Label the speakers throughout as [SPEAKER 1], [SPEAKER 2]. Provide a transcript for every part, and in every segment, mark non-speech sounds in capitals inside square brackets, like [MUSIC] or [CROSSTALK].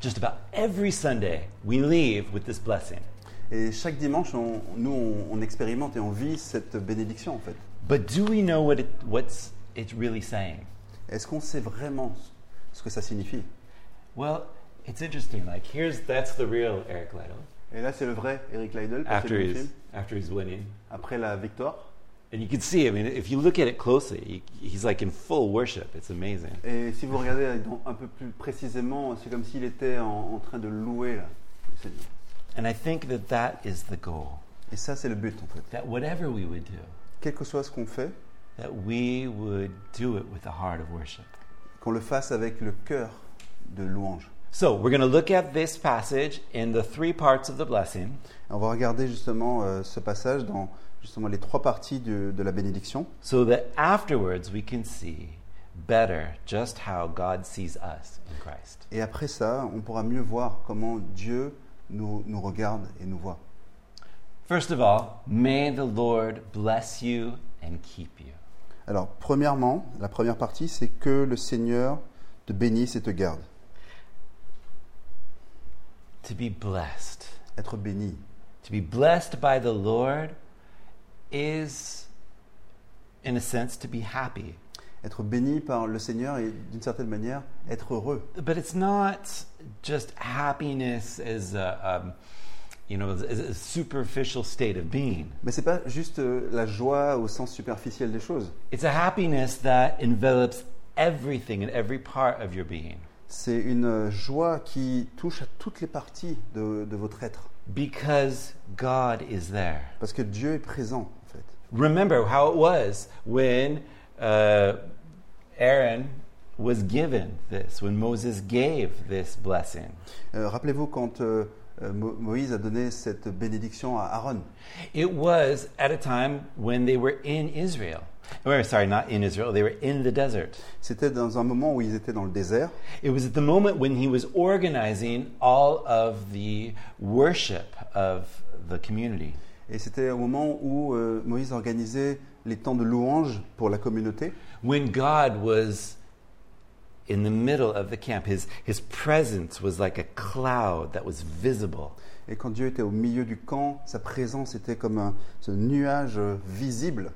[SPEAKER 1] Just about every Sunday, we leave with this blessing.
[SPEAKER 2] Et chaque dimanche, on- nous, on, on expérimente et on vit cette bénédiction en fait.
[SPEAKER 1] But do we know what it, what's it's really saying?
[SPEAKER 2] Est-ce qu'on sait vraiment ce que ça signifie
[SPEAKER 1] Well, it's interesting. Like here's that's the real Eric Idle
[SPEAKER 2] Et là, c'est le vrai Eric Lydell, parce que
[SPEAKER 1] after
[SPEAKER 2] c'est le
[SPEAKER 1] he's
[SPEAKER 2] film,
[SPEAKER 1] after he's winning,
[SPEAKER 2] après la victoire.
[SPEAKER 1] and you can see. I mean, if you look at it closely, he, he's like in full worship. It's amazing.
[SPEAKER 2] Et si vous regardez donc, un peu plus précisément, c'est comme s'il était en, en train de louer là, le Seigneur.
[SPEAKER 1] And I think that that is the goal.
[SPEAKER 2] Et ça, c'est le but en fait.
[SPEAKER 1] That whatever we would do,
[SPEAKER 2] Quel que soit ce qu'on fait,
[SPEAKER 1] that we would do it with a heart of worship.
[SPEAKER 2] qu'on le fasse avec le cœur de louange.
[SPEAKER 1] So we're going to look at this passage in the three parts of the blessing.
[SPEAKER 2] Et on va regarder justement euh, ce passage dans justement les trois parties de, de la bénédiction,
[SPEAKER 1] so that afterwards we can see better just how God sees us in Christ.
[SPEAKER 2] et après ça, on pourra mieux voir comment Dieu nous, nous regarde et nous voit.
[SPEAKER 1] First of all, may the Lord bless you and keep you.
[SPEAKER 2] Alors, premièrement, la première partie, c'est que le Seigneur te bénisse et te garde.
[SPEAKER 1] To be blessed,
[SPEAKER 2] Être béni.
[SPEAKER 1] to be blessed by the Lord is, in a sense, to be happy.
[SPEAKER 2] Être béni par le Seigneur et d'une certaine manière, être heureux.
[SPEAKER 1] But it's not just happiness as a, um, you know, as a superficial state of being.
[SPEAKER 2] Mais c'est pas juste euh, la joie au sens superficiel des choses.
[SPEAKER 1] It's a happiness that envelops everything and every part of your being.
[SPEAKER 2] C'est une euh, joie qui touche à toutes les parties de, de votre être.
[SPEAKER 1] Because God is there.
[SPEAKER 2] Parce que Dieu est présent, en fait.
[SPEAKER 1] Remember how it was when uh, Aaron was given this, when Moses gave this blessing.
[SPEAKER 2] Euh, Rappelez-vous quand euh, euh, Mo- Moïse a donné cette bénédiction à Aaron.
[SPEAKER 1] It was at a time when they were in Israel. Or, sorry, not in Israel, they were in the desert.
[SPEAKER 2] C'était dans un moment où ils étaient dans le désert.
[SPEAKER 1] It was at the moment when he was organizing all of the worship of the community.
[SPEAKER 2] Et c'était au moment où euh, Moïse organisait les temps de louange pour la communauté.
[SPEAKER 1] when God was in the middle of the camp, his, his presence was like a cloud that was visible.
[SPEAKER 2] Et quand Dieu était au milieu du camp, sa présence était comme un- ce nuage euh, visible.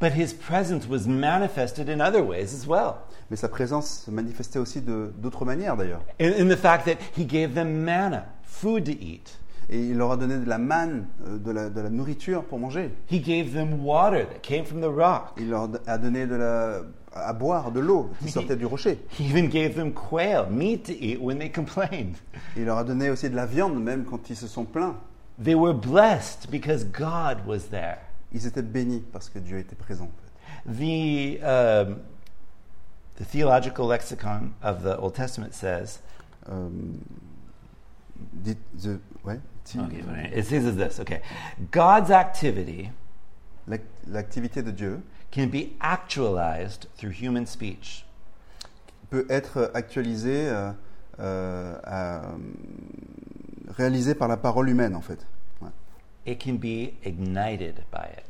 [SPEAKER 1] But his presence was manifested in other ways as well.
[SPEAKER 2] Mais sa présence se manifestait aussi de- d'autres manières d'ailleurs.
[SPEAKER 1] In, in the fact that he gave them manna, food to eat,
[SPEAKER 2] Et il leur a donné de la manne, euh, de la, de la nourriture pour manger.
[SPEAKER 1] he gave them water that came from the rock,
[SPEAKER 2] Il leur a donné de la, à boire de l'eau qui sortait du rocher.
[SPEAKER 1] he even gave them quail, meat to eat when they [LAUGHS] complained.
[SPEAKER 2] Il leur a donné aussi de la viande même quand ils se sont plaints.
[SPEAKER 1] They were blessed because God was there.
[SPEAKER 2] Ils étaient bénis parce que Dieu était présent. en fait.
[SPEAKER 1] The, um, the theological lexicon of the Old Testament says
[SPEAKER 2] Euh, dites, the- ouais, si-
[SPEAKER 1] Okay, but it says is this. Okay, God's activity
[SPEAKER 2] l'ac- L'activité de Dieu
[SPEAKER 1] can be actualized through human speech.
[SPEAKER 2] peut être actualisée, euh, euh, à- réalisée par la parole humaine en fait. Ouais.
[SPEAKER 1] It can be ignited by it.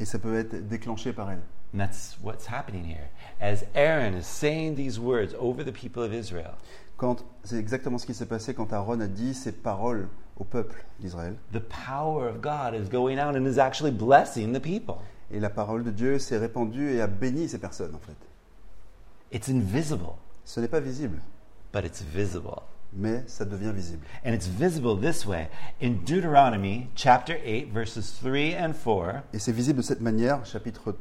[SPEAKER 2] Et ça peut être déclenché par elle.
[SPEAKER 1] And that's what's happening here. As Aaron is saying these words over the people of Israel,
[SPEAKER 2] Quand- C'est exactement ce qui s'est passé quand Aaron a dit ces paroles au peuple d'Israël.
[SPEAKER 1] the power of God is going out and is actually blessing the people.
[SPEAKER 2] Et la parole de Dieu s'est répandue et a béni ces personnes en fait.
[SPEAKER 1] It's invisible,
[SPEAKER 2] Ce n'est pas visible,
[SPEAKER 1] but it's visible.
[SPEAKER 2] mais ça devient visible.
[SPEAKER 1] And it's visible this way. In Deuteronomy chapter 8, verses 3 and 4,
[SPEAKER 2] Et c'est visible de cette manière, chapitre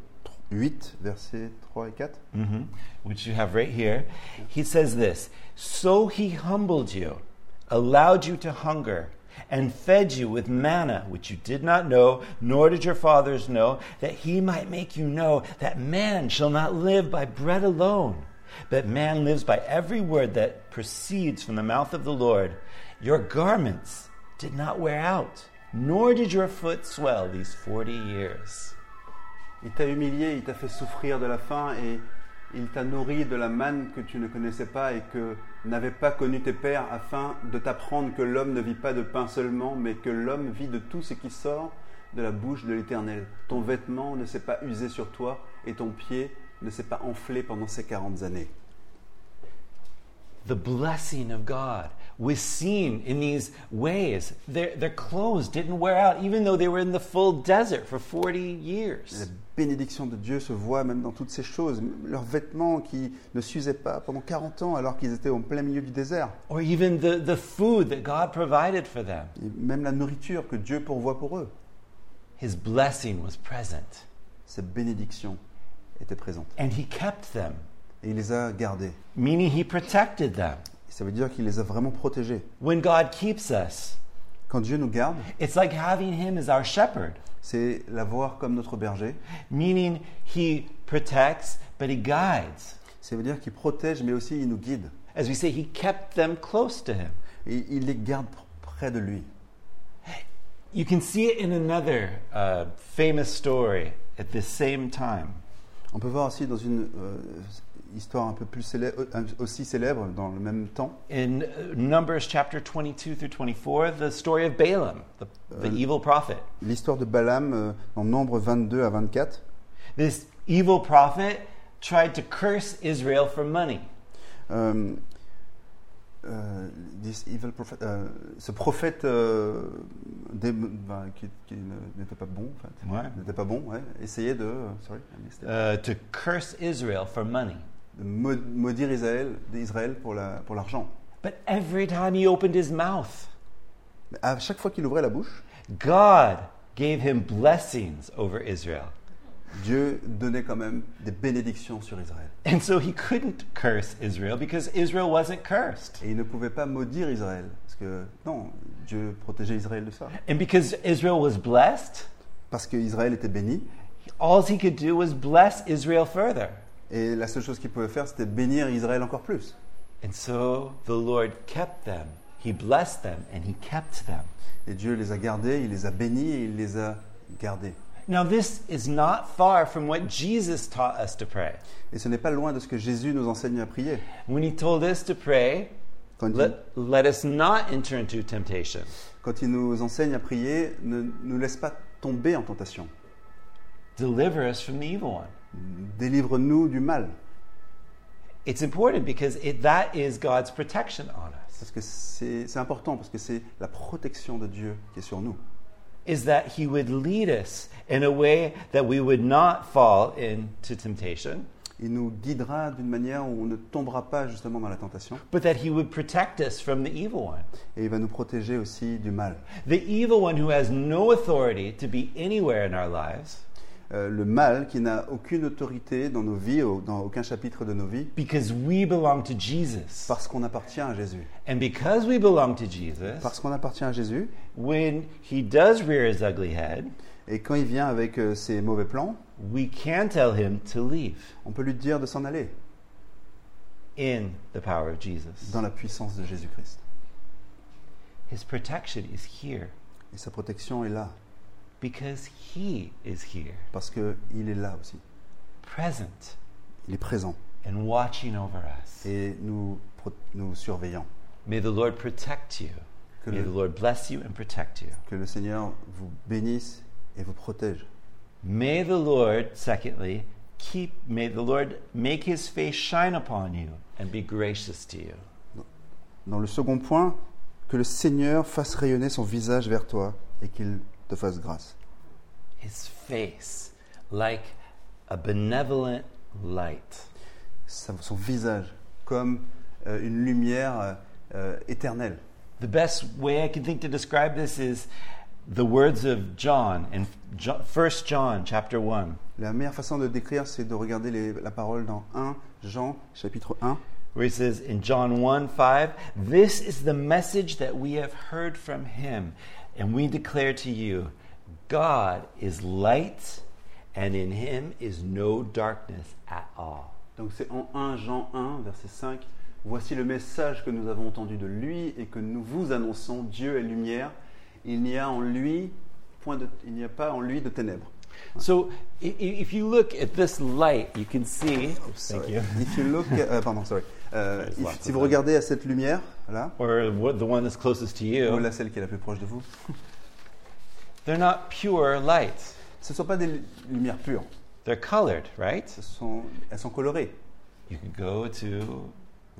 [SPEAKER 2] 8, versets 3 et 4.
[SPEAKER 1] Mhm. which you have right here. He says this So he humbled you, allowed you to hunger, and fed you with manna, which you did not know, nor did your fathers know, that he might make you know that man shall not live by bread alone, but man lives by every word that proceeds from the mouth of the Lord. Your garments did not wear out, nor did your foot swell these 40 years.
[SPEAKER 2] Il t'a humilié, il t'a fait souffrir de la faim et il t'a nourri de la manne que tu ne connaissais pas et que n'avaient pas connu tes pères afin de t'apprendre que l'homme ne vit pas de pain seulement, mais que l'homme vit de tout ce qui sort de la bouche de l'Éternel. Ton vêtement ne s'est pas usé sur toi et ton pied ne s'est pas enflé pendant ces 40 années.
[SPEAKER 1] the blessing of God was seen in these ways. Their, their clothes didn't wear out, even though they were in the full desert for 40
[SPEAKER 2] La
[SPEAKER 1] years.
[SPEAKER 2] bénédiction de Dieu se voit même dans toutes ces choses, même leurs vêtements qui ne s'usaient pas pendant 40 ans alors qu'ils étaient en plein milieu du désert,
[SPEAKER 1] Or even the, the food that God provided for them.
[SPEAKER 2] et même la nourriture que Dieu pourvoit pour eux.
[SPEAKER 1] His blessing was present,
[SPEAKER 2] Cette bénédiction était présente.
[SPEAKER 1] and He kept them,
[SPEAKER 2] Et il les a gardés.
[SPEAKER 1] meaning He protected them.
[SPEAKER 2] Et ça veut dire qu'il les a vraiment protégés.
[SPEAKER 1] When God keeps us,
[SPEAKER 2] Quand Dieu nous garde,
[SPEAKER 1] it's like having Him as our shepherd,
[SPEAKER 2] c'est l'avoir comme notre berger.
[SPEAKER 1] meaning He protects, but He guides.
[SPEAKER 2] Ça veut dire qu'il protège, mais aussi il nous guide.
[SPEAKER 1] As we say, He kept them close to Him.
[SPEAKER 2] Et il les garde pr- près de lui.
[SPEAKER 1] You can see it in another uh, famous story at the same time.
[SPEAKER 2] On peut voir aussi dans une euh, histoire un peu plus célèbre, euh, aussi célèbre dans le même temps,
[SPEAKER 1] In uh, Numbers chapter 22 through 24, the story of Balaam, the, the evil prophet.
[SPEAKER 2] l'histoire de Balaam euh, dans Nombre 22 à 24.
[SPEAKER 1] This evil prophet tried to curse Israel for money.
[SPEAKER 2] Euh, euh, this evil prophet- euh, ce prophète euh, dé- ben, qui, qui ne- n'était pas bon, en fait.
[SPEAKER 1] Ouais.
[SPEAKER 2] n'était pas bon, ouais, essayait de, euh, sorry, I missed it.
[SPEAKER 1] Uh, to curse Israel for money.
[SPEAKER 2] de mau- maudire Israël, Israël pour la- pour l'argent.
[SPEAKER 1] But every time he opened his mouth,
[SPEAKER 2] Mais à chaque fois qu'il ouvrait la bouche,
[SPEAKER 1] God gave him blessings over Israel.
[SPEAKER 2] Dieu donnait quand même des bénédictions sur Israël.
[SPEAKER 1] And so he couldn't curse Israel because Israel wasn't cursed.
[SPEAKER 2] Et il ne pouvait pas maudire Israël, parce que non, Dieu protégeait Israël de ça.
[SPEAKER 1] And because Israel was blessed,
[SPEAKER 2] Parce qu'Israël était béni,
[SPEAKER 1] all he could do was bless Israel further.
[SPEAKER 2] et la seule chose qu'il pouvait faire, c'était bénir Israël encore plus.
[SPEAKER 1] And so the Lord kept them. He blessed them and he kept them.
[SPEAKER 2] Et Dieu les a gardés, il les a bénis et il les a gardés.
[SPEAKER 1] Now, this is not far from what Jesus taught us to pray.
[SPEAKER 2] Et ce n'est pas loin de ce que Jésus nous enseigne à prier.
[SPEAKER 1] When he told us to pray,
[SPEAKER 2] Quand il,
[SPEAKER 1] let, let us not enter into temptation.
[SPEAKER 2] quand il nous enseigne à prier, ne nous laisse pas tomber en tentation.
[SPEAKER 1] Deliver us from the evil one.
[SPEAKER 2] Délivre-nous du mal,
[SPEAKER 1] It's important because it, that is God's protection on us,
[SPEAKER 2] parce que c'est c'est important, parce que c'est la protection de Dieu qui est sur nous.
[SPEAKER 1] is that he would lead us in a way that we would not fall into temptation,
[SPEAKER 2] Il nous guidera d'une manière où on ne tombera pas justement dans la tentation.
[SPEAKER 1] but that he would protect us from the evil one.
[SPEAKER 2] Et il va nous protéger aussi du mal.
[SPEAKER 1] The evil one who has no authority to be anywhere in our lives
[SPEAKER 2] Euh, le mal qui n'a aucune autorité dans nos vies, au- dans aucun chapitre de nos vies,
[SPEAKER 1] because we belong to Jesus.
[SPEAKER 2] parce qu'on appartient à Jésus.
[SPEAKER 1] And because we belong to Jesus,
[SPEAKER 2] Parce qu'on appartient à Jésus,
[SPEAKER 1] when he does rear his ugly head,
[SPEAKER 2] et quand il vient avec euh, ses mauvais plans,
[SPEAKER 1] we can tell him to leave
[SPEAKER 2] on peut lui dire de s'en aller
[SPEAKER 1] in the power of Jesus.
[SPEAKER 2] dans la puissance de Jésus-Christ.
[SPEAKER 1] His protection is here
[SPEAKER 2] Et sa protection est là,
[SPEAKER 1] because he is here,
[SPEAKER 2] parce qu'il est là aussi.
[SPEAKER 1] present
[SPEAKER 2] Il est présent
[SPEAKER 1] and watching over us.
[SPEAKER 2] et nous, pro- nous surveillant.
[SPEAKER 1] May the Lord protect you.
[SPEAKER 2] Que
[SPEAKER 1] May the
[SPEAKER 2] le,
[SPEAKER 1] Lord bless you and protect you.
[SPEAKER 2] que le Seigneur vous bénisse et vous protège.
[SPEAKER 1] May the Lord, secondly, keep, may the Lord make his face shine upon you and be gracious to you.
[SPEAKER 2] Dans le second point, que le Seigneur fasse rayonner son visage vers toi et qu'il te fasse grâce.
[SPEAKER 1] His face, like a benevolent light.
[SPEAKER 2] Sa- son visage comme euh, une lumière euh, euh, éternelle.
[SPEAKER 1] The best way I can think to describe this is the words of John in Jo- 1 John chapter 1,
[SPEAKER 2] La meilleure façon de le décrire, c'est de regarder les- la parole dans 1 Jean, chapitre 1.
[SPEAKER 1] where he says in John 1 5, This is the message that we have heard from him, and we declare to you, God is light, and in him is no darkness at all.
[SPEAKER 2] Donc c'est en 1 Jean 1, verset 5. Voici le message que nous avons entendu de lui et que nous vous annonçons. Dieu est lumière. Il n'y a en lui point de, il n'y a pas en lui de ténèbres.
[SPEAKER 1] So i- i- if you look at this light, you can see.
[SPEAKER 2] Oh,
[SPEAKER 1] Thank you.
[SPEAKER 2] [LAUGHS] If you look- euh, pardon,
[SPEAKER 1] [LAUGHS]
[SPEAKER 2] sorry. Euh,
[SPEAKER 1] There's
[SPEAKER 2] if-
[SPEAKER 1] lots
[SPEAKER 2] si
[SPEAKER 1] of
[SPEAKER 2] vous
[SPEAKER 1] them.
[SPEAKER 2] regardez à cette lumière, là,
[SPEAKER 1] Or what- the one that's closest to
[SPEAKER 2] ou
[SPEAKER 1] you,
[SPEAKER 2] là celle qui est la plus proche de vous,
[SPEAKER 1] they're not pure lights.
[SPEAKER 2] ce ne sont pas des lu- lumières pures.
[SPEAKER 1] They're colored, right?
[SPEAKER 2] Ce sont, elles sont colorées.
[SPEAKER 1] You can go to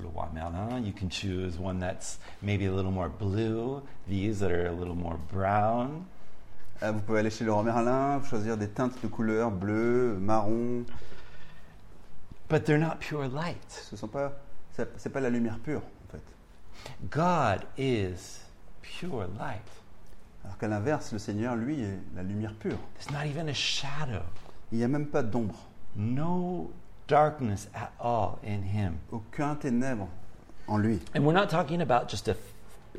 [SPEAKER 1] Loire Merlin. You can choose one that's maybe a little more blue, these that are a little more brown.
[SPEAKER 2] Ah, Vous pouvez aller chez Laurent Merlin, choisir des teintes de couleurs bleu, marron.
[SPEAKER 1] But they're not pure light.
[SPEAKER 2] Ce sont pas, c'est c'est pas la lumière pure en fait.
[SPEAKER 1] God is pure light.
[SPEAKER 2] Alors qu'à l'inverse, le Seigneur, lui, est la lumière pure.
[SPEAKER 1] There's not even a shadow,
[SPEAKER 2] Il n'y a même pas d'ombre,
[SPEAKER 1] no darkness at all in Him.
[SPEAKER 2] aucun ténèbre en lui.
[SPEAKER 1] And we're not talking about just a,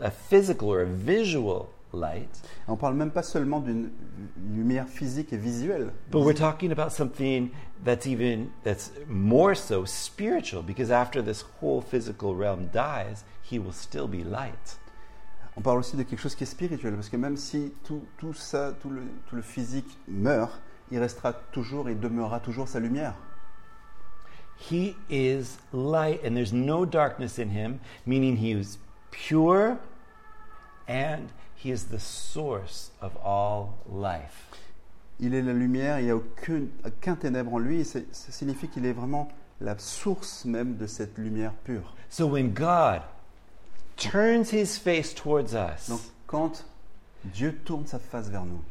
[SPEAKER 1] a physical or a visual light,
[SPEAKER 2] On parle même pas seulement d'une lumière physique et visuelle,
[SPEAKER 1] but we're talking about something that's even that's more so spiritual because after this whole physical realm dies, he will still be light.
[SPEAKER 2] On parle aussi de quelque chose qui est spirituel, parce que même si tout, tout ça, tout le, tout le physique meurt, il restera toujours, il demeurera toujours sa lumière.
[SPEAKER 1] He is light and there's no darkness in him, meaning he is pure and he is the source of all life.
[SPEAKER 2] Il est la lumière, il n'y a aucune, aucun ténèbre en lui, et c'est- ça signifie qu'il est vraiment la source même de cette lumière pure.
[SPEAKER 1] So when God turns his face towards us,
[SPEAKER 2] Donc quand Dieu tourne sa face vers nous,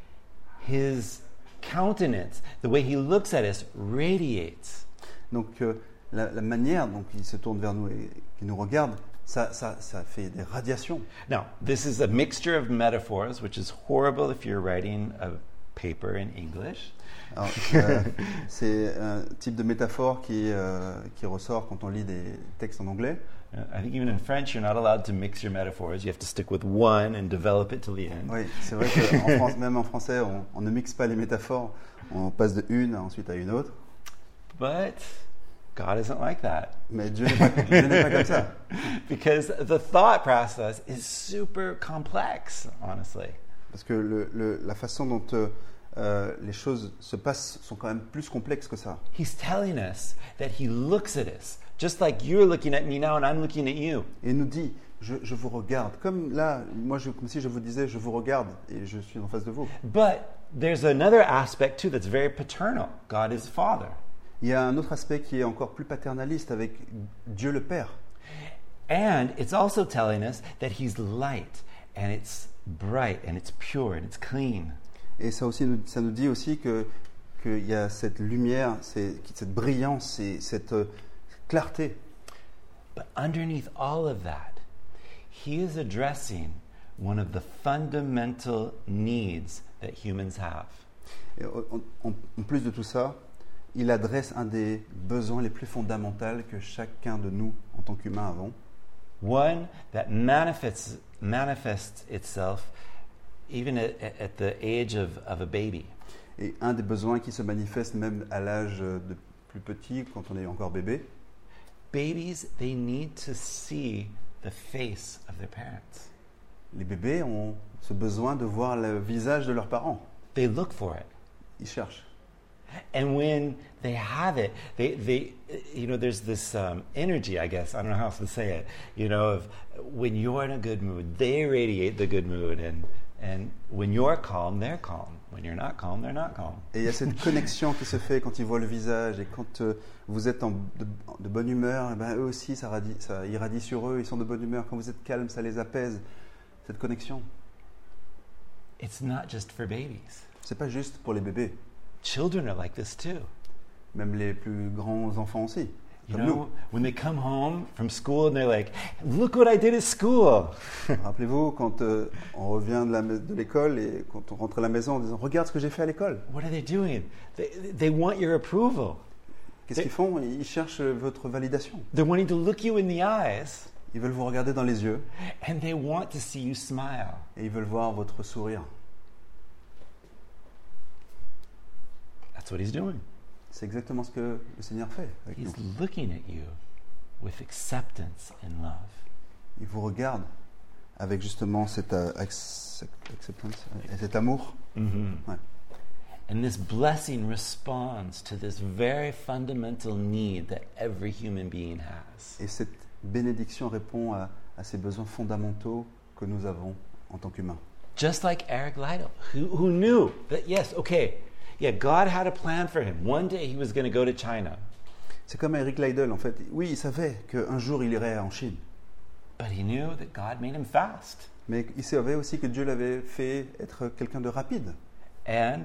[SPEAKER 1] his countenance, the way he looks at us, radiates.
[SPEAKER 2] donc euh, la, la manière dont il se tourne vers nous et qu'il nous regarde, ça, ça, ça fait des radiations.
[SPEAKER 1] Now, this is a mixture of metaphors, which is horrible if you're writing a paper in English.
[SPEAKER 2] Alors, euh, c'est un type de métaphore qui, euh, qui ressort quand on lit des textes en anglais.
[SPEAKER 1] Uh, I think even in French, you're not allowed to mix your metaphors. You have to stick with one and develop it till the end.
[SPEAKER 2] Oui, c'est vrai que en France- même en français, on, on ne mixe pas les métaphores. On passe de une ensuite à une autre.
[SPEAKER 1] But God isn't like that [LAUGHS]
[SPEAKER 2] Mais Dieu n'est pas, Dieu n'est pas comme ça.
[SPEAKER 1] because the thought process is super complex, honestly.
[SPEAKER 2] Parce que le- le- la façon dont euh, euh, les choses se passent sont quand même plus complexes que ça.
[SPEAKER 1] He's telling us that He looks at us just like you're looking at me now and I'm looking at you.
[SPEAKER 2] Et il nous dit, je, je vous regarde. Comme là, moi, je- comme si je vous disais, je vous regarde et je suis en face de vous.
[SPEAKER 1] But there's another aspect too that's very paternal. God is Father.
[SPEAKER 2] Il y a un autre aspect qui est encore plus paternaliste avec Dieu le Père.
[SPEAKER 1] And it's also telling us that He's light and it's bright and it's pure and it's clean.
[SPEAKER 2] Et ça aussi, nous- ça nous dit aussi que qu'il y a cette lumière, ces- cette brillance, et cette euh, clarté.
[SPEAKER 1] But underneath all of that, He is addressing one of the fundamental needs that humans have.
[SPEAKER 2] Et en- en- en plus de tout ça, il adresse un des besoins les plus fondamentaux que chacun de nous, en tant qu'humain, avons.
[SPEAKER 1] One that manifests, manifests itself even at, at the age of, of a baby.
[SPEAKER 2] Et un des besoins qui se manifeste même à l'âge de plus petit, quand on est encore bébé.
[SPEAKER 1] Babies, they need to see the face of their parents.
[SPEAKER 2] Les bébés ont ce besoin de voir le visage de leurs parents.
[SPEAKER 1] They look for it.
[SPEAKER 2] Ils cherchent.
[SPEAKER 1] And when they have it, they, they you know, there's this um, energy, I guess. I don't know how else to say it. You know, of when you're in a good mood, they radiate the good mood. And, and when you're calm, they're calm. When you're not calm, they're not calm.
[SPEAKER 2] Et il y
[SPEAKER 1] [LAUGHS]
[SPEAKER 2] a cette connexion qui se fait quand ils voient le visage et quand euh, vous êtes en, de, de bonne humeur, eh ben, eux aussi, ça, radie- ça irradie sur eux, ils sont de bonne humeur. Quand vous êtes calme, ça les apaise. Cette connexion,
[SPEAKER 1] It's not just for babies.
[SPEAKER 2] c'est pas juste pour les bébés,
[SPEAKER 1] Children are like this too.
[SPEAKER 2] même les plus grands enfants aussi,
[SPEAKER 1] You
[SPEAKER 2] comme nous.
[SPEAKER 1] know, when they come home from school and they're like, look what I did at school.
[SPEAKER 2] [LAUGHS] Rappelez-vous, quand euh, on revient de la mais- de l'école et quand on rentre à la maison en disant Regarde ce que j'ai fait à l'école.
[SPEAKER 1] What are they doing? They, they want your approval.
[SPEAKER 2] Qu'est-ce qu'ils font Ils cherchent euh, votre validation.
[SPEAKER 1] They're wanting to look you in the eyes
[SPEAKER 2] Ils veulent vous regarder dans les yeux
[SPEAKER 1] and they want to see you smile.
[SPEAKER 2] et ils veulent voir votre sourire.
[SPEAKER 1] That's what he's doing.
[SPEAKER 2] C'est exactement ce que le Seigneur fait avec nous.
[SPEAKER 1] He's looking at you with acceptance and love.
[SPEAKER 2] Il vous regarde avec justement cet, euh, acc- acceptance, euh, cet amour. Ouais.
[SPEAKER 1] And this blessing responds to this very fundamental need that every human being has.
[SPEAKER 2] Et cette bénédiction répond à, à ces besoins fondamentaux que nous avons en tant qu'humains.
[SPEAKER 1] Just like Eric Lytle, who, who knew that, yes, okay, yeah, God had a plan for him. One day he was going to go to China.
[SPEAKER 2] C'est comme Eric Liddell, en fait. Oui, il savait qu'un jour il irait en Chine,
[SPEAKER 1] but he knew that God made him fast
[SPEAKER 2] mais il savait aussi que Dieu l'avait fait être quelqu'un de rapide
[SPEAKER 1] and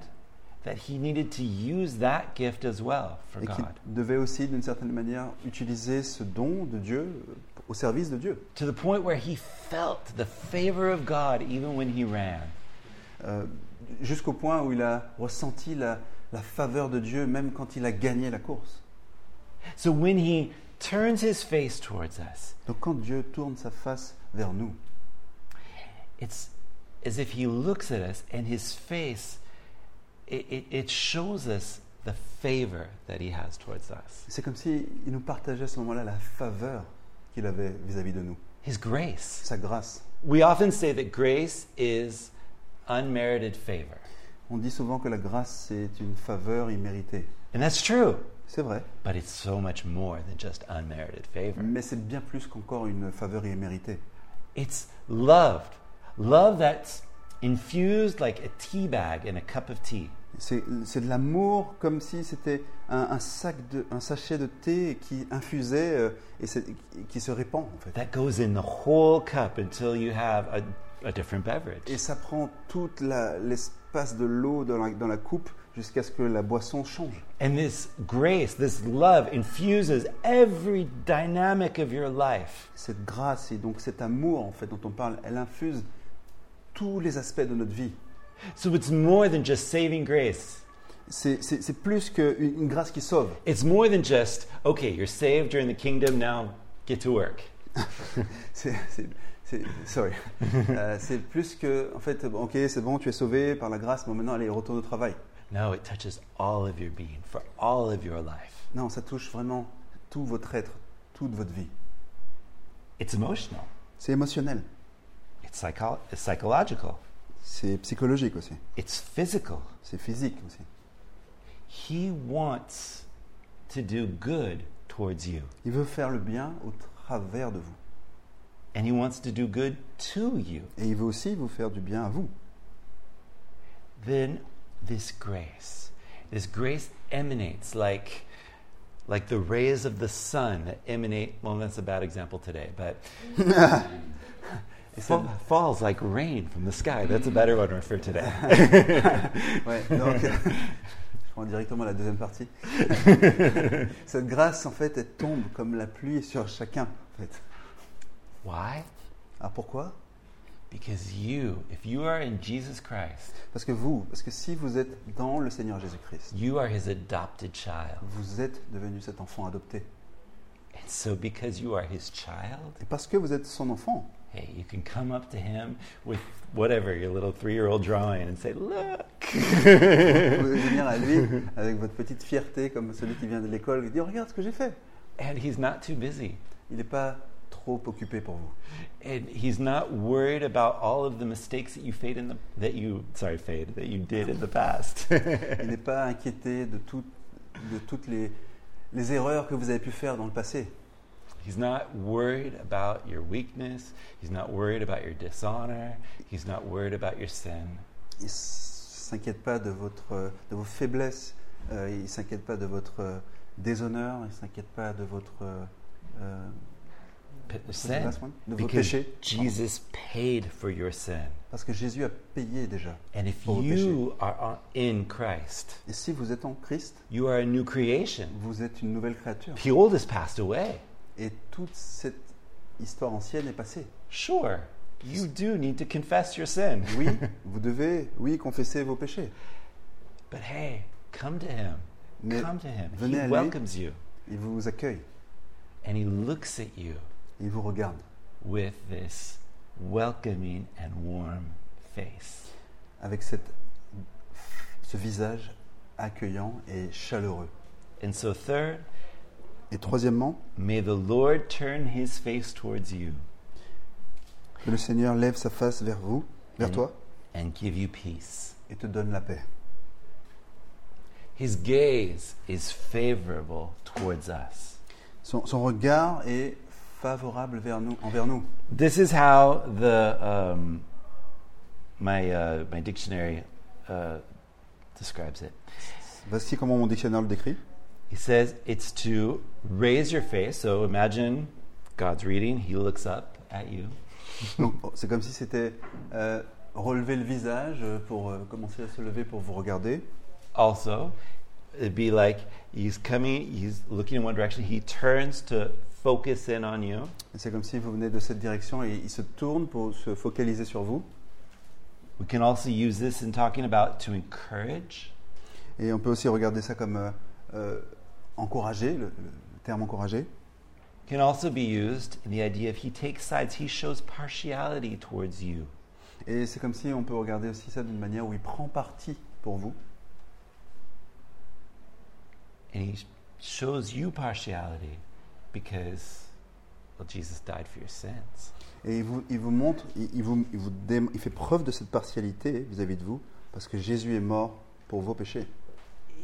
[SPEAKER 1] that he needed to use that gift as well for
[SPEAKER 2] et qu'il
[SPEAKER 1] God.
[SPEAKER 2] devait aussi, d'une certaine manière, utiliser ce don de Dieu euh, au service de Dieu.
[SPEAKER 1] To the point where he felt the favor of God even when he ran.
[SPEAKER 2] Euh, jusqu'au point où il a ressenti la, la faveur de Dieu même quand il a gagné la course.
[SPEAKER 1] So when he turns his face towards us,
[SPEAKER 2] Donc quand Dieu tourne sa face vers nous,
[SPEAKER 1] it's as if he looks at us and his face it, it, it shows us the favor that he has towards us
[SPEAKER 2] c'est comme s'il nous partageait à ce moment-là la faveur qu'il avait vis-à-vis de nous,
[SPEAKER 1] his grace
[SPEAKER 2] sa grâce.
[SPEAKER 1] we often say that grace is unmerited favor
[SPEAKER 2] On dit souvent que la grâce, c'est une faveur imméritée.
[SPEAKER 1] and that's true
[SPEAKER 2] C'est vrai,
[SPEAKER 1] but it's so much more than just unmerited favor
[SPEAKER 2] mais c'est bien plus qu'encore une faveur imméritée.
[SPEAKER 1] it's loved love that's infused like a tea bag in a cup of tea
[SPEAKER 2] C'est c'est de l'amour comme si c'était un, un sac de, un sachet de thé qui infusait euh, et c'est- qui se répand en fait.
[SPEAKER 1] that goes in the whole cup until you have a, a different beverage
[SPEAKER 2] Et ça prend tout l'espace de l'eau dans la, dans la coupe jusqu'à ce que la boisson change.
[SPEAKER 1] And this grace, this love infuses every dynamic of your life.
[SPEAKER 2] Cette grâce et donc cet amour en fait dont on parle, elle infuse tous les aspects de notre vie.
[SPEAKER 1] So it's more than just saving grace.
[SPEAKER 2] C'est- C'est c'est plus qu'une une grâce qui sauve. [LAUGHS]
[SPEAKER 1] It's more than just, okay, you're saved, you're in the kingdom, now get to work.
[SPEAKER 2] C'est- c'est- c'est- Sorry. [LAUGHS] Euh, c'est plus que, en fait, bon, ok, c'est bon, tu es sauvé par la grâce, mais maintenant, allez, retourne au travail.
[SPEAKER 1] No, it touches all of your being for all of your life.
[SPEAKER 2] Non, ça touche vraiment tout votre être, toute votre vie.
[SPEAKER 1] It's emotional,
[SPEAKER 2] C'est émotionnel,
[SPEAKER 1] it's, psycho- it's psychological,
[SPEAKER 2] c'est psychologique aussi,
[SPEAKER 1] it's physical.
[SPEAKER 2] c'est physique aussi.
[SPEAKER 1] He wants to do good towards you,
[SPEAKER 2] Il veut faire le bien au travers de vous.
[SPEAKER 1] and He wants to do good to you.
[SPEAKER 2] Et il veut aussi vous faire du bien à vous.
[SPEAKER 1] then this grace this grace emanates like like the rays of the sun that emanate well that's a bad example today but it fa- falls like rain from the sky that's a better one for today
[SPEAKER 2] Ouais, [LAUGHS] donc, je prends directement la deuxième partie. Cette grâce, en fait, elle tombe comme la pluie sur chacun, en fait.
[SPEAKER 1] why
[SPEAKER 2] Alors pourquoi
[SPEAKER 1] because you if you are in jesus christ
[SPEAKER 2] Parce que vous, parce que si vous êtes dans le Seigneur Jésus-Christ,
[SPEAKER 1] you are his adopted child
[SPEAKER 2] vous êtes devenu cet enfant adopté.
[SPEAKER 1] and so because you are his child
[SPEAKER 2] Et parce que vous êtes son enfant,
[SPEAKER 1] hey you can come up to him with whatever your little three-year-old drawing and say look
[SPEAKER 2] vous pouvez venir à lui avec votre petite fierté, comme celui qui vient de l'école, et dire Regarde ce que j'ai fait.
[SPEAKER 1] and he's not too busy
[SPEAKER 2] Il n'est pas trop occupé pour vous.
[SPEAKER 1] And he's not worried about all of the mistakes that you fade in the that you sorry fade that you did in the past. [LAUGHS]
[SPEAKER 2] Il n'est pas inquiété de, tout- de toutes les, les erreurs que vous avez pu faire dans le passé.
[SPEAKER 1] he's not worried about your weakness. He's not worried about your dishonor. He's not worried about your sin.
[SPEAKER 2] Il ne s'inquiète pas de, votre, de vos faiblesses. Euh, il ne s'inquiète pas de votre euh, déshonneur. Il ne s'inquiète pas de votre. euh, euh,
[SPEAKER 1] P-
[SPEAKER 2] what's the
[SPEAKER 1] sin
[SPEAKER 2] last one de vos
[SPEAKER 1] because
[SPEAKER 2] péchés.
[SPEAKER 1] Jesus paid for your sin.
[SPEAKER 2] Parce que Jésus a payé déjà.
[SPEAKER 1] And if
[SPEAKER 2] Pour vos
[SPEAKER 1] you are on- in Christ,
[SPEAKER 2] Et si vous êtes en Christ,
[SPEAKER 1] you are a new creation.
[SPEAKER 2] vous êtes une nouvelle créature.
[SPEAKER 1] The old has passed away.
[SPEAKER 2] Et toute cette histoire ancienne est passée.
[SPEAKER 1] Sure, you do need to confess your sin.
[SPEAKER 2] Oui, vous devez, oui, confesser vos péchés.
[SPEAKER 1] But hey, come to him.
[SPEAKER 2] Mais
[SPEAKER 1] come to him.
[SPEAKER 2] venez à
[SPEAKER 1] He
[SPEAKER 2] lui.
[SPEAKER 1] welcomes you.
[SPEAKER 2] il vous accueille.
[SPEAKER 1] And he looks at you
[SPEAKER 2] Il vous regarde
[SPEAKER 1] with this welcoming and warm face.
[SPEAKER 2] avec cette, ce visage accueillant et chaleureux.
[SPEAKER 1] And so, third,
[SPEAKER 2] Et troisièmement,
[SPEAKER 1] may the Lord turn his face towards you
[SPEAKER 2] que le Seigneur lève sa face vers vous, vers
[SPEAKER 1] Mhm.
[SPEAKER 2] toi,
[SPEAKER 1] and give you peace.
[SPEAKER 2] et te donne la paix.
[SPEAKER 1] His gaze is favorable towards us.
[SPEAKER 2] Son, son regard est favorable vers nous, envers nous.
[SPEAKER 1] This is how the um, my uh, my dictionary uh, describes it.
[SPEAKER 2] Voici comment mon dictionnaire le décrit.
[SPEAKER 1] He says it's to raise your face. So imagine God's reading, He looks up at you.
[SPEAKER 2] Donc, oh, c'est comme si c'était euh, relever le visage pour euh, commencer à se lever pour vous regarder.
[SPEAKER 1] Also, it'd be like He's coming, He's looking in one direction, He turns to focus in on you.
[SPEAKER 2] Et C'est comme si vous venez de cette direction et il se tourne pour se focaliser sur vous.
[SPEAKER 1] We can also use this in talking about to encourage.
[SPEAKER 2] Et on peut aussi regarder ça comme euh, euh, encourager, le, le terme encourager.
[SPEAKER 1] Can also be used in the idea of He takes sides, He shows partiality towards you.
[SPEAKER 2] Et c'est comme si on peut regarder aussi ça d'une manière où il prend parti pour vous.
[SPEAKER 1] And he shows you partiality because, well, Jesus died for your sins.
[SPEAKER 2] Et il vous, il vous montre, il, il vous, il, vous dé- il fait preuve de cette partialité vis-à-vis de vous, parce que Jésus est mort pour vos péchés.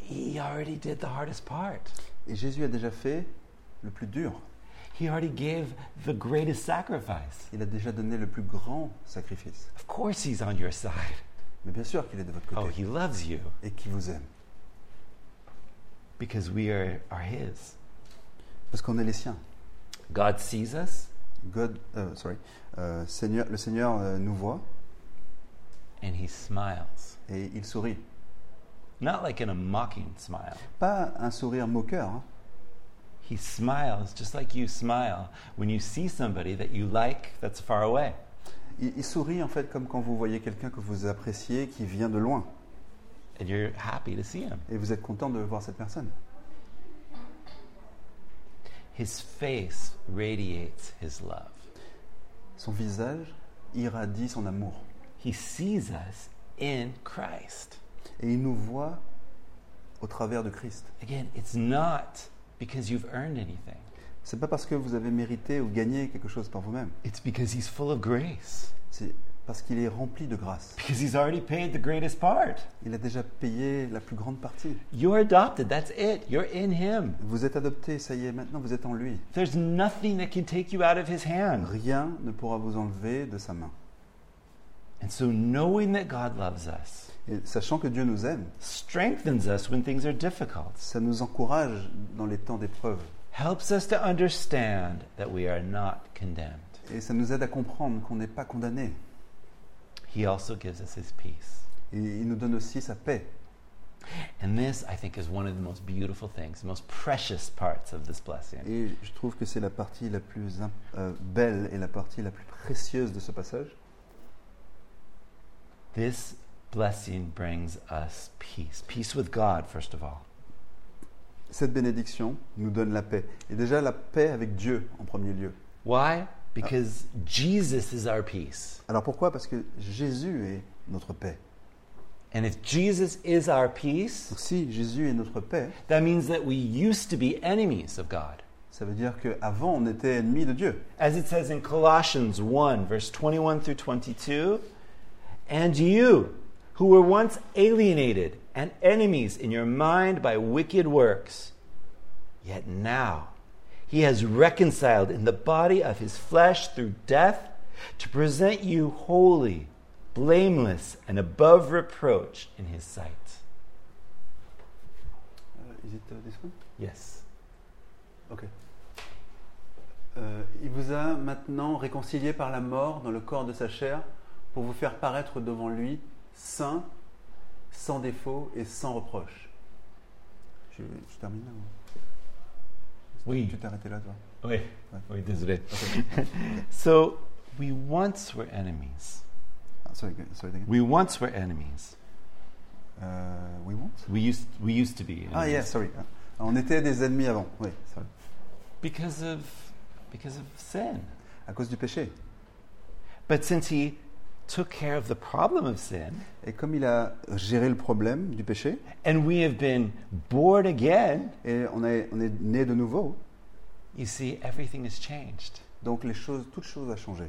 [SPEAKER 1] He already did the hardest part.
[SPEAKER 2] Et Jésus a déjà fait le plus dur.
[SPEAKER 1] He already gave the greatest sacrifice.
[SPEAKER 2] Il a déjà donné le plus grand sacrifice.
[SPEAKER 1] Of course, he's on your side.
[SPEAKER 2] Mais bien sûr qu'il est de votre
[SPEAKER 1] Oh,
[SPEAKER 2] côté
[SPEAKER 1] he loves you
[SPEAKER 2] et qu'il vous aime,
[SPEAKER 1] because we are, are his.
[SPEAKER 2] parce qu'on est les siens.
[SPEAKER 1] God sees us
[SPEAKER 2] God, euh, sorry, euh, Seigneur, le Seigneur euh, nous voit
[SPEAKER 1] and he smiles.
[SPEAKER 2] et il sourit.
[SPEAKER 1] Not like in a mocking smile.
[SPEAKER 2] Pas un sourire moqueur, hein.
[SPEAKER 1] He smiles just like you smile when you see somebody that you like that's far away.
[SPEAKER 2] Il, il sourit en fait comme quand vous voyez quelqu'un que vous appréciez qui vient de loin
[SPEAKER 1] And you're happy to see him.
[SPEAKER 2] et vous êtes content de voir cette personne.
[SPEAKER 1] His face radiates his love.
[SPEAKER 2] Son visage irradie son amour
[SPEAKER 1] He sees us in Christ.
[SPEAKER 2] et il nous voit au travers de Christ.
[SPEAKER 1] Again, it's not because you've earned anything,
[SPEAKER 2] C'est pas parce que vous avez mérité ou gagné quelque chose par vous-même.
[SPEAKER 1] it's because He's full of grace,
[SPEAKER 2] C'est parce qu'il est rempli de grâce.
[SPEAKER 1] because He's already paid the greatest part.
[SPEAKER 2] Il a déjà payé la plus grande partie.
[SPEAKER 1] You're adopted, that's it. You're in Him.
[SPEAKER 2] Vous êtes adopté, ça y est, maintenant vous êtes en lui.
[SPEAKER 1] There's nothing that can take you out of His hand.
[SPEAKER 2] Rien ne pourra vous enlever de sa main.
[SPEAKER 1] And so, knowing that God loves us
[SPEAKER 2] Et sachant que Dieu nous aime,
[SPEAKER 1] strengthens us when things are difficult,
[SPEAKER 2] ça nous encourage dans les temps d'épreuve.
[SPEAKER 1] helps us to understand that we are not condemned.
[SPEAKER 2] Et ça nous aide à comprendre qu'on n'est pas condamné.
[SPEAKER 1] He also gives us His peace.
[SPEAKER 2] Et il nous donne aussi sa paix.
[SPEAKER 1] And this, I think, is one of the most beautiful things, the most precious parts of this blessing.
[SPEAKER 2] Et je trouve que c'est la partie la plus imp- euh, belle et la partie la plus précieuse de ce passage.
[SPEAKER 1] This blessing brings us peace. Peace with God, first of all.
[SPEAKER 2] Cette bénédiction nous donne la paix. Et déjà la paix avec Dieu en premier lieu.
[SPEAKER 1] Why? Because Jesus is our peace.
[SPEAKER 2] Alors pourquoi Parce que Jésus est notre paix.
[SPEAKER 1] And if Jesus is our peace,
[SPEAKER 2] Donc si Jésus est notre paix,
[SPEAKER 1] that means that we used to be enemies of God.
[SPEAKER 2] ça veut dire qu'avant on était ennemi de Dieu.
[SPEAKER 1] As it says in Colossians 1, verse 21 through 22, and you, who were once alienated and enemies in your mind by wicked works, yet now he has reconciled in the body of his flesh through death to present you holy, blameless, and above reproach in his sight.
[SPEAKER 2] Euh, is it, uh, this one
[SPEAKER 1] Yes.
[SPEAKER 2] Ok. Euh, il vous a maintenant réconcilié par la mort dans le corps de sa chair pour vous faire paraître devant lui saint, sans défaut et sans reproche. Je, je termine là ou-
[SPEAKER 1] Oui.
[SPEAKER 2] Tu t'es arrêté là, toi
[SPEAKER 1] Oui, oui, désolé. [LAUGHS] so, we once were enemies.
[SPEAKER 2] Ah, Sorry, again, sorry again.
[SPEAKER 1] We once were enemies.
[SPEAKER 2] Euh, we want
[SPEAKER 1] We used we used to be.
[SPEAKER 2] Ah, yeah, sorry. Ah, On était des ennemis avant, oui, sorry.
[SPEAKER 1] Because of because of sin.
[SPEAKER 2] À cause du péché.
[SPEAKER 1] But since he took care of the problem of sin,
[SPEAKER 2] Et comme il a géré le problème du péché,
[SPEAKER 1] and we have been born again,
[SPEAKER 2] et on est, on est né de nouveau,
[SPEAKER 1] you see everything has changed.
[SPEAKER 2] donc les choses, toute chose a changé.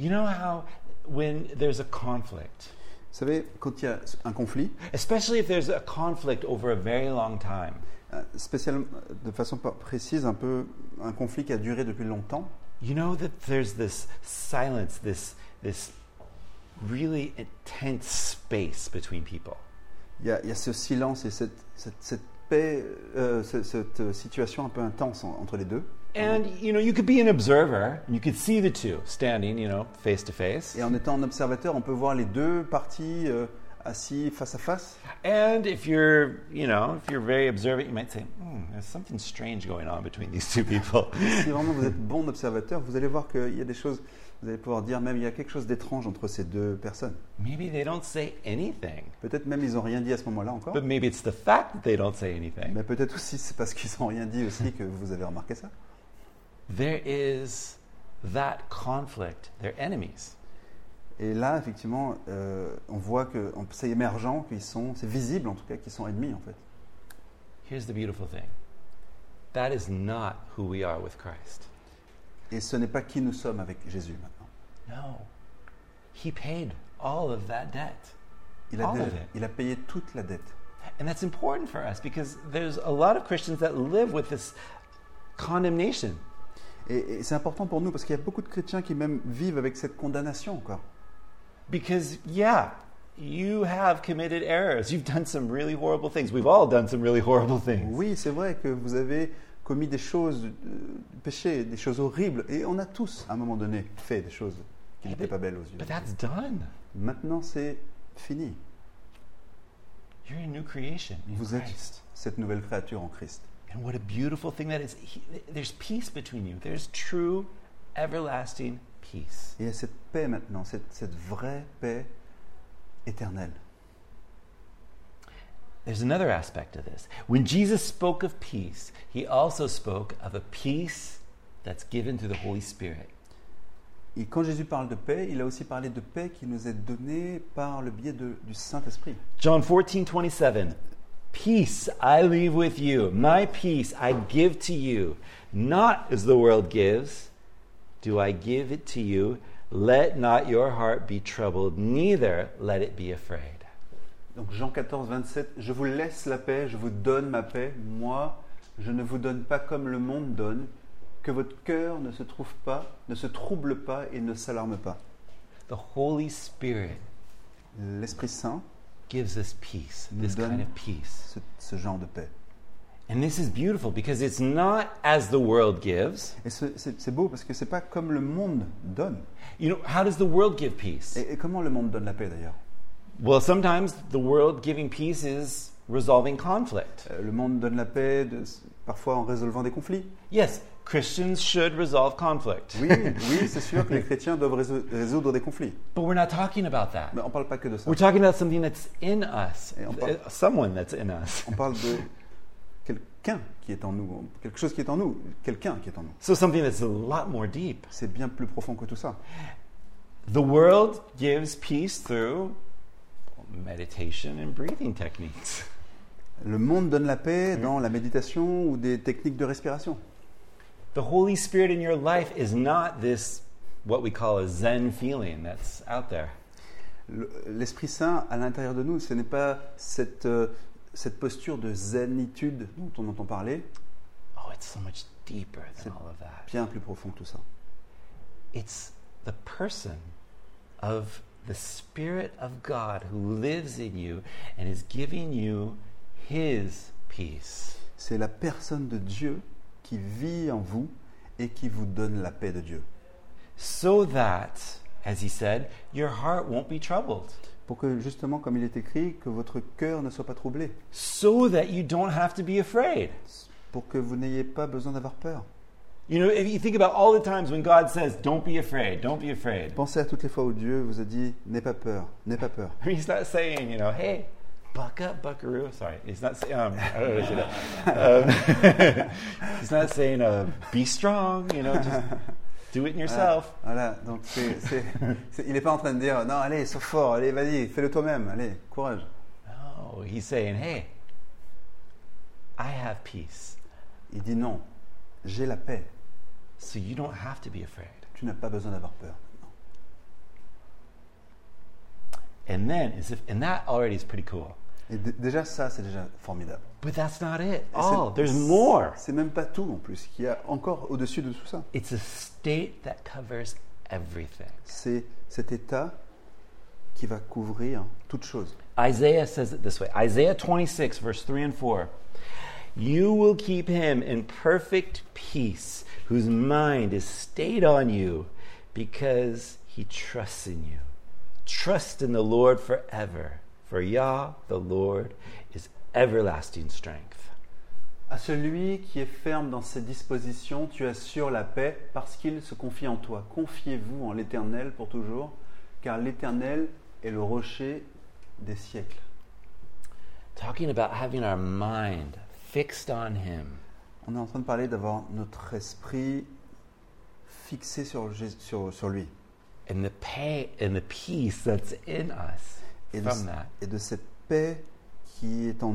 [SPEAKER 1] You know how when there's a conflict,
[SPEAKER 2] Vous savez, quand il y a un conflit,
[SPEAKER 1] especially if there's a conflict over a very long time,
[SPEAKER 2] euh, spécialement, euh, de façon pas- précise, un peu un conflit qui a duré depuis longtemps,
[SPEAKER 1] you know that there's this silence, this this really intense space between people.
[SPEAKER 2] il y a, il y a ce silence et cette, cette- cette paix, euh, ce- cette situation un peu intense en- entre les deux.
[SPEAKER 1] And you know, you could be an observer, and you could see the two standing, you know, face to face.
[SPEAKER 2] Et en étant un observateur, on peut voir les deux parties euh, assis face à face.
[SPEAKER 1] And if you're, you know, if you're very observant, you might say, hmm, there's something strange going on between these two people. [LAUGHS]
[SPEAKER 2] Si vraiment vous êtes bon observateur, vous allez voir qu'il y a des choses, vous allez pouvoir dire même il y a quelque chose d'étrange entre ces deux personnes.
[SPEAKER 1] maybe they don't say anything,
[SPEAKER 2] Peut-être même ils n'ont rien dit à ce moment-là encore.
[SPEAKER 1] but maybe it's the fact that they don't say anything.
[SPEAKER 2] Mais peut-être aussi c'est parce qu'ils n'ont rien dit aussi que vous avez remarqué ça.
[SPEAKER 1] There is that conflict. They're enemies.
[SPEAKER 2] Et là, effectivement, euh, on voit que on- c'est émergent, qu'ils sont, c'est visible en tout cas, qu'ils sont ennemis en fait.
[SPEAKER 1] Here's the beautiful thing that is not who we are with Christ.
[SPEAKER 2] Et ce n'est pas qui nous sommes avec Jésus maintenant.
[SPEAKER 1] No, He paid all of that debt.
[SPEAKER 2] Il a,
[SPEAKER 1] All
[SPEAKER 2] dé-
[SPEAKER 1] of it.
[SPEAKER 2] il a payé toute la dette.
[SPEAKER 1] And that's important for us because there's a lot of Christians that live with this condemnation.
[SPEAKER 2] Et, et c'est important pour nous parce qu'il y a beaucoup de chrétiens qui même vivent avec cette condamnation encore.
[SPEAKER 1] Because, yeah, you have committed errors. You've done some really horrible things. We've all done some really horrible things.
[SPEAKER 2] Oui, c'est vrai que vous avez commis des choses, euh, péchés, des choses horribles. Et on a tous, à un moment donné, fait des choses qui n'étaient pas belles aux yeux.
[SPEAKER 1] But that's done.
[SPEAKER 2] Maintenant, c'est fini.
[SPEAKER 1] You're a new creation in
[SPEAKER 2] Vous
[SPEAKER 1] Christ.
[SPEAKER 2] êtes cette nouvelle créature en Christ.
[SPEAKER 1] And what a beautiful thing that is. He, there's peace between you, there's true, everlasting peace.
[SPEAKER 2] Et il y a cette paix maintenant, cette, cette vraie paix éternelle.
[SPEAKER 1] There's another aspect of this. When Jesus spoke of peace, he also spoke of a peace that's given through the Holy Spirit.
[SPEAKER 2] Et quand Jésus parle de paix, il a aussi parlé de paix qui nous est donnée par le biais de- du Saint-Esprit.
[SPEAKER 1] John 14, 27. Peace I leave with you, my peace I give to you. Not as the world gives, do I give it to you. Let not your heart be troubled, neither let it be afraid.
[SPEAKER 2] Donc Jean 14, 27, je vous laisse la paix, je vous donne ma paix, moi je ne vous donne pas comme le monde donne, que votre cœur ne se trouve pas, ne se trouble pas et ne s'alarme pas.
[SPEAKER 1] The Holy Spirit
[SPEAKER 2] L'Esprit Saint,
[SPEAKER 1] gives us peace, this
[SPEAKER 2] Done.
[SPEAKER 1] kind of peace.
[SPEAKER 2] ce, ce genre de paix.
[SPEAKER 1] And this is beautiful because it's not as the world gives.
[SPEAKER 2] Et ce- c'est c'est beau parce que c'est pas comme le monde donne.
[SPEAKER 1] You know, how does the world give peace?
[SPEAKER 2] Et, et comment le monde donne la paix d'ailleurs
[SPEAKER 1] Well, sometimes the world giving peace is resolving conflict.
[SPEAKER 2] Euh, Le monde donne la paix de- parfois en résolvant des conflits.
[SPEAKER 1] Yes, Christians should resolve conflict.
[SPEAKER 2] Oui, oui, c'est sûr que les chrétiens doivent réso- résoudre des conflits.
[SPEAKER 1] But we're not talking about that.
[SPEAKER 2] Mais on parle pas que de ça.
[SPEAKER 1] We're talking about something that's in us,
[SPEAKER 2] Et on parle-
[SPEAKER 1] uh, someone that's in us.
[SPEAKER 2] On parle de quelqu'un qui est en nous, quelque chose qui est en nous, quelqu'un qui est en nous.
[SPEAKER 1] So, something that's a lot more deep.
[SPEAKER 2] C'est bien plus profond que tout ça.
[SPEAKER 1] The world gives peace through meditation and breathing techniques.
[SPEAKER 2] Le monde donne la paix dans la méditation ou des techniques de respiration.
[SPEAKER 1] The Holy Spirit in your life is not this, what we call a Zen feeling that's out there.
[SPEAKER 2] Le- L'Esprit Saint à l'intérieur de nous, ce n'est pas cette, euh, cette posture de zenitude dont on entend parler,
[SPEAKER 1] Oh, it's so much deeper than all of that.
[SPEAKER 2] bien plus profond que tout ça.
[SPEAKER 1] It's the person of the Spirit of God who lives in you and is giving you His peace.
[SPEAKER 2] C'est la personne de Dieu qui vit en vous et qui vous donne la paix de Dieu.
[SPEAKER 1] So that, as He said, your heart won't be troubled.
[SPEAKER 2] Pour que justement, comme il est écrit, que votre cœur ne soit pas troublé,
[SPEAKER 1] So that you don't have to be afraid.
[SPEAKER 2] pour que vous n'ayez pas besoin d'avoir peur.
[SPEAKER 1] You know, if you think about all the times when God says, don't be afraid, don't be afraid.
[SPEAKER 2] Pensez à toutes les fois où Dieu vous a dit n'aie pas peur, n'aie pas peur.
[SPEAKER 1] [LAUGHS] I mean, he's not saying, you know, hey, buck up, buckaroo. Sorry, he's not saying, um, I don't know how to say that. Um, [LAUGHS] he's not saying, uh, be strong, you know, just do it yourself.
[SPEAKER 2] Voilà, donc c'est- c'est- c'est- il n'est pas en train de dire non, allez, sois fort, allez, vas-y, fais-le toi-même, allez, courage.
[SPEAKER 1] No, he's saying, hey, I have peace,
[SPEAKER 2] Il dit non, j'ai la paix,
[SPEAKER 1] so you don't have to be afraid.
[SPEAKER 2] tu n'as pas besoin d'avoir peur.
[SPEAKER 1] And then, as if, and that already is pretty cool.
[SPEAKER 2] Et d- déjà, ça, c'est déjà formidable.
[SPEAKER 1] But that's not it.
[SPEAKER 2] Et c'est-
[SPEAKER 1] All Oh, there's more.
[SPEAKER 2] C'est même pas tout en plus, qu'il y a encore au-dessus de tout ça.
[SPEAKER 1] It's a state that covers everything.
[SPEAKER 2] C'est cet état qui va couvrir toute chose.
[SPEAKER 1] Isaiah says it this way Isaiah 26, verse 3 and 4. You will keep him in perfect peace, whose mind is stayed on you, because he trusts in you. Trust in the Lord forever, for Yah, the Lord, is everlasting strength.
[SPEAKER 2] À celui qui est ferme dans ses dispositions, tu assures la paix parce qu'il se confie en toi. Confiez-vous en l'Éternel pour toujours, car l'Éternel est le rocher des siècles.
[SPEAKER 1] Talking about having our mind fixed on him.
[SPEAKER 2] On est en train de parler d'avoir notre esprit fixé sur, Jé- sur- sur lui
[SPEAKER 1] and the pay and the peace that's in us
[SPEAKER 2] et de,
[SPEAKER 1] from that.
[SPEAKER 2] et de cette paix qui, est en,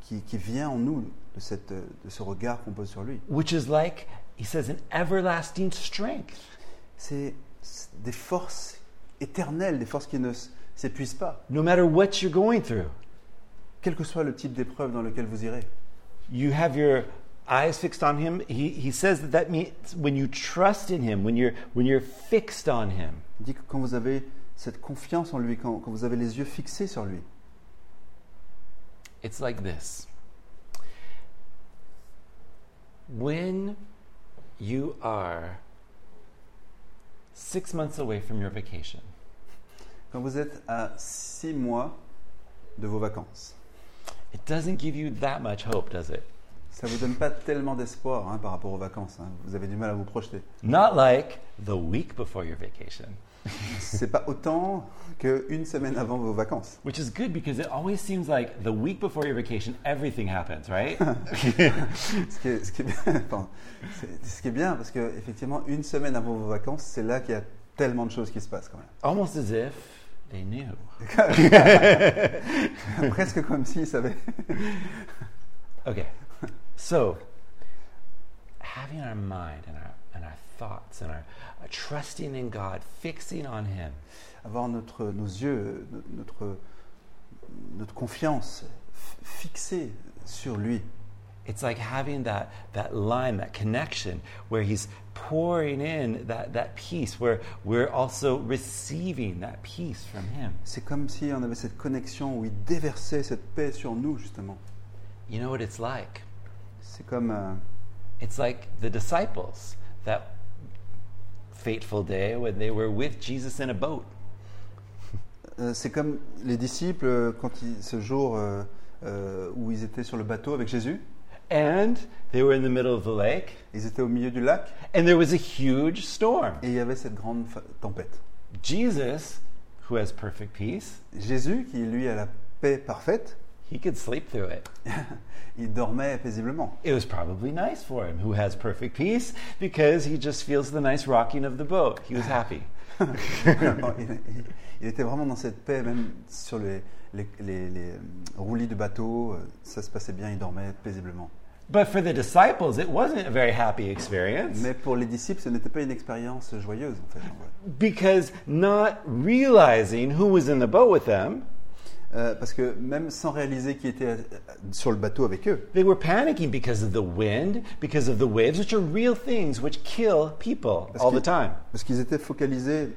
[SPEAKER 2] qui, qui vient en nous, de, cette, euh, de ce regard qu'on pose sur lui.
[SPEAKER 1] Which is like he says an everlasting strength.
[SPEAKER 2] C'est c'est des forces éternelles, des forces qui ne s- s'épuisent pas.
[SPEAKER 1] No matter what you're going through,
[SPEAKER 2] Quel que soit le type d'épreuve dans lequel vous irez,
[SPEAKER 1] you have your eyes fixed on him. He, he says that that means when you trust in him, when you're when you're fixed on him,
[SPEAKER 2] il dit que quand vous avez cette confiance en lui, quand, quand vous avez les yeux fixés sur lui,
[SPEAKER 1] it's like this. When you are 6 months away from your vacation,
[SPEAKER 2] quand vous êtes à six mois de vos vacances,
[SPEAKER 1] it doesn't give you that much hope, does it?
[SPEAKER 2] ça vous donne pas tellement d'espoir hein, par rapport aux vacances. hein. Vous avez du mal à vous projeter.
[SPEAKER 1] Not like the week before your vacation,
[SPEAKER 2] C'est pas autant qu'une semaine avant vos vacances.
[SPEAKER 1] which is good because it always seems like the week before your vacation, everything happens, right?
[SPEAKER 2] Ce qui est, ce qui est bien, [LAUGHS] pardon. C'est- ce qui est bien, parce que effectivement, une semaine avant vos vacances, c'est là qu'il y a tellement de choses qui se passent quand même. [LAUGHS]
[SPEAKER 1] Almost as if they knew.
[SPEAKER 2] Presque comme s'ils savaient.
[SPEAKER 1] Okay, so having our mind and our, and our thoughts and our, our trusting in God, fixing on Him,
[SPEAKER 2] Avoir notre, nos yeux, euh, notre, notre confiance f- fixée sur lui.
[SPEAKER 1] it's like having that, that line, that connection where He's pouring in that, that peace, where we're also receiving that peace from Him.
[SPEAKER 2] C'est comme si on avait cette connexion où il déversait cette paix sur nous, justement.
[SPEAKER 1] You know what it's like?
[SPEAKER 2] C'est comme. euh,
[SPEAKER 1] It's like the disciples that fateful day when they were with Jesus in a boat.
[SPEAKER 2] Euh, c'est comme les disciples euh, quand ils- ce jour euh, euh, où ils étaient sur le bateau avec Jésus,
[SPEAKER 1] And they were in the middle of the lake,
[SPEAKER 2] ils étaient au milieu du lac
[SPEAKER 1] and there was a huge storm.
[SPEAKER 2] et il y avait cette grande fa- tempête.
[SPEAKER 1] Jesus, who has perfect peace,
[SPEAKER 2] Jésus, qui lui a la paix parfaite, [COUGHS]
[SPEAKER 1] he could sleep through it.
[SPEAKER 2] il dormait paisiblement.
[SPEAKER 1] It was probably nice for him, who has perfect peace, because he just feels the nice rocking of the boat. He was happy.
[SPEAKER 2] Alors, il, il- il était vraiment dans cette paix, même sur les, les- les- les, euh, roulis du bateau, euh, ça se passait bien, il dormait paisiblement.
[SPEAKER 1] But for the disciples, it wasn't a very happy experience.
[SPEAKER 2] Mais pour les disciples, ce n'était pas une expérience joyeuse en fait.
[SPEAKER 1] Because not realizing who was in the boat with them,
[SPEAKER 2] Euh, parce que même sans réaliser qu'il était euh, sur le bateau avec eux,
[SPEAKER 1] They were panicking because of the wind, because of the waves, which are real things which kill people all the
[SPEAKER 2] qu'ils-
[SPEAKER 1] time. [LAUGHS]
[SPEAKER 2] Parce qu'ils étaient focalisés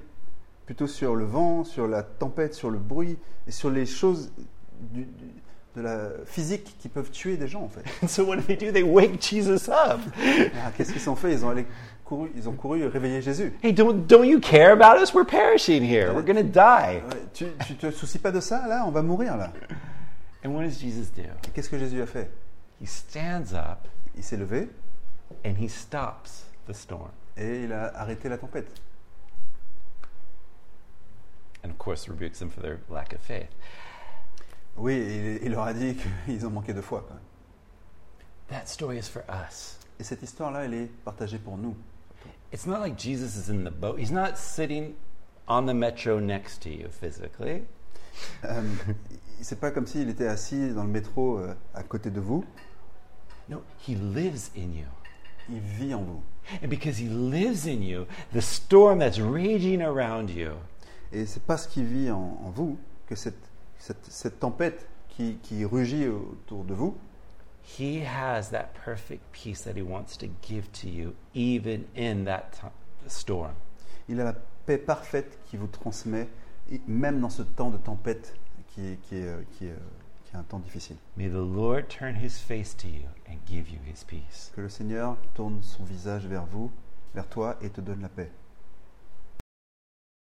[SPEAKER 2] plutôt sur le vent, sur la tempête, sur le bruit et sur les choses du- du- de la physique qui peuvent tuer des gens en fait.
[SPEAKER 1] And so what do they do? They wake Jesus up.
[SPEAKER 2] Ah, Qu'est-ce qu'ils ont fait Ils ont allé couru, ils ont couru réveiller Jésus.
[SPEAKER 1] hey, don't don't you care about us? We're perishing here. We're gonna die.
[SPEAKER 2] Ouais, tu, tu te soucies pas de ça là On va mourir là.
[SPEAKER 1] And what does Jesus do?
[SPEAKER 2] Et Qu'est-ce que Jésus a fait
[SPEAKER 1] He stands up
[SPEAKER 2] Il s'est levé
[SPEAKER 1] and he stops the storm.
[SPEAKER 2] et il a arrêté la tempête.
[SPEAKER 1] And of course rebukes them for their lack of faith.
[SPEAKER 2] Oui, il, il leur a dit qu'ils ont manqué de foi. quand même.
[SPEAKER 1] That story is for us.
[SPEAKER 2] Et cette histoire là, elle est partagée pour nous.
[SPEAKER 1] It's not like Jesus is in the boat. He's not sitting on the metro next to you physically.
[SPEAKER 2] Euh, c'est pas comme s'il était assis dans le métro euh, à côté de vous.
[SPEAKER 1] No, he lives in you.
[SPEAKER 2] Il vit en vous.
[SPEAKER 1] And because he lives in you, the storm that's raging around you
[SPEAKER 2] Et c'est parce qu'il vit en, en vous que cette, cette, cette tempête qui, qui rugit autour de vous,
[SPEAKER 1] He has that perfect peace that He wants to give to you, even in that ti- storm.
[SPEAKER 2] il a la paix parfaite qui vous transmet, et même dans ce temps de tempête qui- qui, est- qui est, euh, qui est, euh, qui est un temps difficile.
[SPEAKER 1] May the Lord turn his face to you and give you his peace.
[SPEAKER 2] Que le Seigneur tourne son visage vers vous, vers toi, et te donne la paix.